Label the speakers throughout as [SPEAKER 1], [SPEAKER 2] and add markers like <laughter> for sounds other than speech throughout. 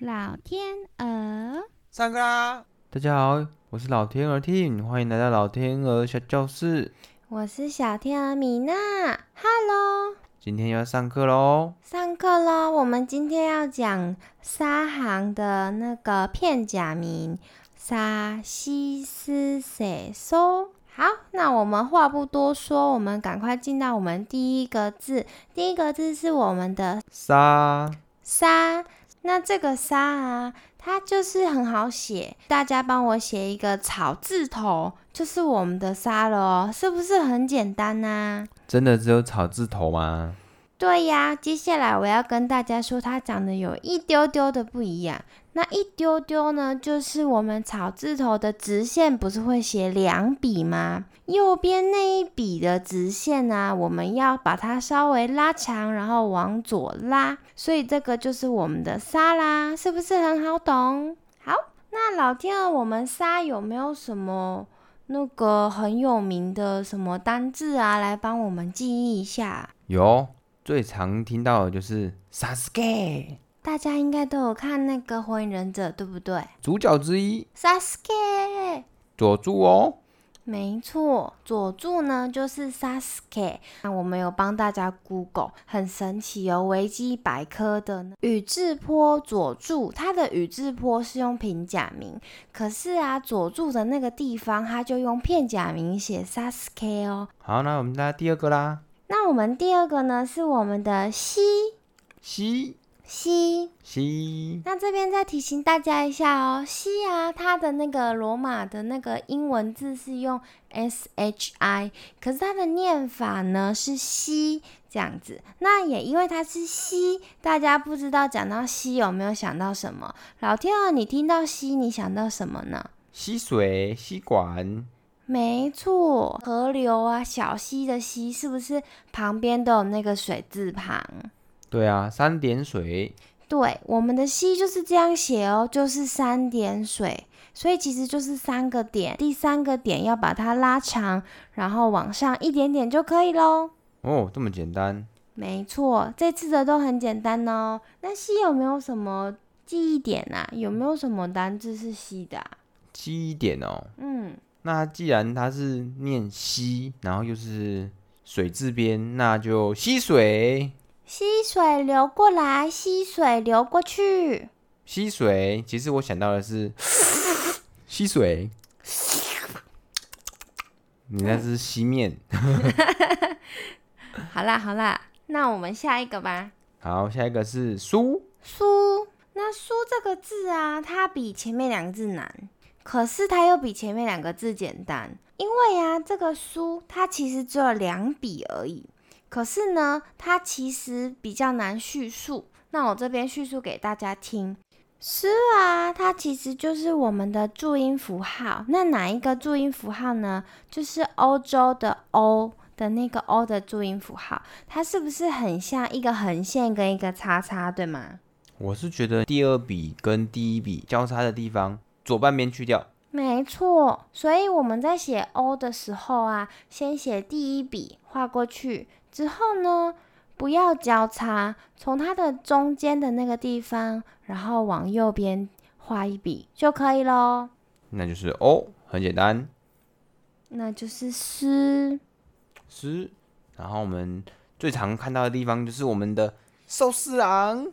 [SPEAKER 1] 老天鹅，
[SPEAKER 2] 上课啦！
[SPEAKER 3] 大家好，我是老天鹅 Team，欢迎来到老天鹅小教室。
[SPEAKER 4] 我是小天鹅米娜，Hello，
[SPEAKER 3] 今天要上课喽！
[SPEAKER 4] 上课喽！我们今天要讲沙行的那个片假名沙西斯塞索。好，那我们话不多说，我们赶快进到我们第一个字。第一个字是我们的
[SPEAKER 3] 沙
[SPEAKER 4] 沙，那这个沙啊，它就是很好写。大家帮我写一个草字头，就是我们的沙了哦，是不是很简单啊呐、
[SPEAKER 3] 真的只有草字头吗？
[SPEAKER 4] 对呀，接下来我要跟大家说，它长得有一丢丢的不一样。那一丢丢呢，就是我们草字头的直线，不是会写两笔吗？右边那一笔的直线呢、我们要把它稍微拉长，然后往左拉，所以这个就是我们的沙啦，是不是很好懂？好，那老天鹅，我们沙有没有什么那个很有名的什么单字啊，来帮我们记忆一下？
[SPEAKER 3] 有，最常听到的就是沙斯盖，
[SPEAKER 4] 大家应该都有看那个《火影忍者》，对不对
[SPEAKER 3] 主角之一
[SPEAKER 4] ？Sasuke，
[SPEAKER 3] 佐助哦。
[SPEAKER 4] 没错，佐助呢就是 Sasuke。那我们有帮大家 Google，很神奇哦，维基百科的呢宇智波佐助，他的宇智波是用平假名，可是啊，佐助的那个地方他就用片假名写 Sasuke 哦。
[SPEAKER 3] 好，那我们来第二个啦，
[SPEAKER 4] 那我们第二个呢是我们的西
[SPEAKER 3] 西
[SPEAKER 4] 西
[SPEAKER 3] 西
[SPEAKER 4] 那这边再提醒大家一下哦，西啊，它的那个罗马的那个英文字是用 S H I，可是它的念法呢是西这样子。那也因为它是西，大家不知道讲到西有没有想到什么？老天鹅，你听到西，你想到什么呢？
[SPEAKER 3] 吸水吸管，
[SPEAKER 4] 没错，河流啊，小溪的溪，是不是旁边都有那个水字旁？
[SPEAKER 3] 对啊，三点水，
[SPEAKER 4] 对，我们的西就是这样写哦，就是三点水，所以其实就是三个点，第三个点要把它拉长，然后往上一点点就可以喽。
[SPEAKER 3] 哦，这么简单。
[SPEAKER 4] 没错，这次的都很简单哦。那西有没有什么记忆点啊？有没有什么单字是西的啊、
[SPEAKER 3] 记忆点哦，
[SPEAKER 4] 嗯，
[SPEAKER 3] 那既然它是念西，然后又是水字边，那就吸水
[SPEAKER 4] 溪水流过来，溪水流过去。
[SPEAKER 3] 吸水。其实我想到的是 <gasps> 吸水，你那是吸面。
[SPEAKER 4] 好啦好啦，那我们下一个吧。
[SPEAKER 3] 好，下一个是书，
[SPEAKER 4] 书，那书这个字啊，它比前面两个字难，可是它又比前面两个字简单，因为啊，这个书它其实只有两笔而已，可是呢，它其实比较难叙述。那我这边叙述给大家听。诗啊，它其实就是我们的注音符号。那哪一个注音符号呢？就是欧洲的欧的那个欧的注音符号，它是不是很像一个横线跟一个叉叉，对吗？
[SPEAKER 3] 我是觉得第二笔跟第一笔交叉的地方，左半边去掉，
[SPEAKER 4] 没错，所以我们在写 O 的时候啊，先写第一笔画过去，之后呢，不要交叉，从它的中间的那个地方，然后往右边画一笔就可以喽。
[SPEAKER 3] 那就是 O，很简单。
[SPEAKER 4] 那就是诗，
[SPEAKER 3] 是，然后我们最常看到的地方就是我们的寿司郎，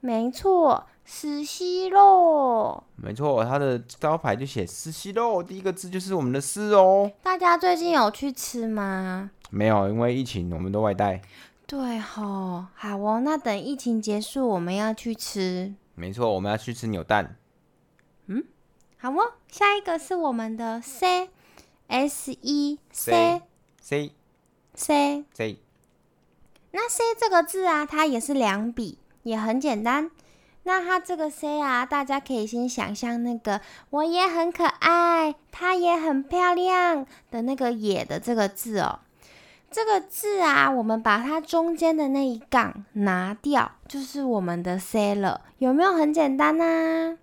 [SPEAKER 4] 没错，石溪肉。
[SPEAKER 3] 没错，它的招牌就写“司西肉”，第一个字就是我们的“司”哦。
[SPEAKER 4] 大家最近有去吃吗？
[SPEAKER 3] 没有，因为疫情，我们都外带。
[SPEAKER 4] 对吼，好哦，那等疫情结束，我们要去吃。
[SPEAKER 3] 没错，我们要去吃扭蛋。
[SPEAKER 4] 好哦，下一个是我们的 C S E C
[SPEAKER 3] C C
[SPEAKER 4] C。
[SPEAKER 3] C，
[SPEAKER 4] 那 C 这个字啊，它也是两笔，也很简单。那它这个 C 啊，大家可以先想象那个“我也很可爱，她也很漂亮”的那个“也”的这个字哦。这个字啊，我们把它中间的那一杠拿掉，就是我们的 C 了。有没有很简单呢、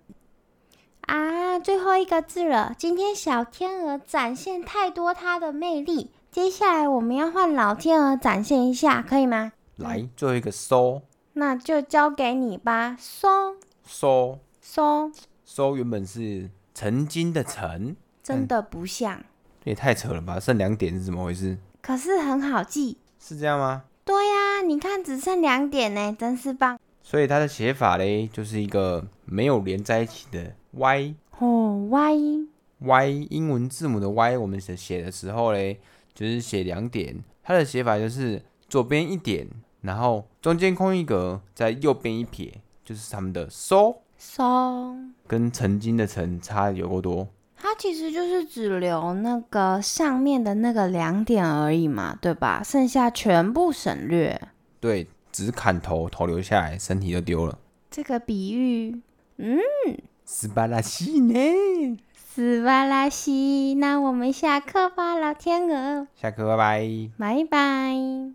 [SPEAKER 4] 啊，最后一个字了。今天小天鹅展现太多它的魅力，接下来我们要换老天鹅展现一下，可以吗？
[SPEAKER 3] 来，最后一个收
[SPEAKER 4] 那就交给你吧，松
[SPEAKER 3] 收
[SPEAKER 4] 松
[SPEAKER 3] 收原本是曾经的曾，
[SPEAKER 4] 真的不像，
[SPEAKER 3] 这也太扯了吧？剩两点是怎么回事？
[SPEAKER 4] 可是很好记。
[SPEAKER 3] 是这样吗？
[SPEAKER 4] 对呀、你看只剩两点呢，真是棒
[SPEAKER 3] 所以它的写法嘞，就是一个没有连在一起的 y
[SPEAKER 4] 哦！y
[SPEAKER 3] y 英文字母的 y，我们写写的时候嘞，就是写两点，它的写法就是左边一点，然后中间空一格，在右边一撇，就是他们的收
[SPEAKER 4] 松，
[SPEAKER 3] 跟曾经的曾差有够多。
[SPEAKER 4] 它其实就是只留那个上面的那个两点而已嘛，对吧？剩下全部省略。
[SPEAKER 3] 对，只砍头，头留下来，身体就丢了。
[SPEAKER 4] 这个比喻，
[SPEAKER 3] 斯巴拉西呢？
[SPEAKER 4] 斯巴拉西。那我们下课吧，老天鹅，
[SPEAKER 3] 下课，拜拜。
[SPEAKER 4] 拜拜。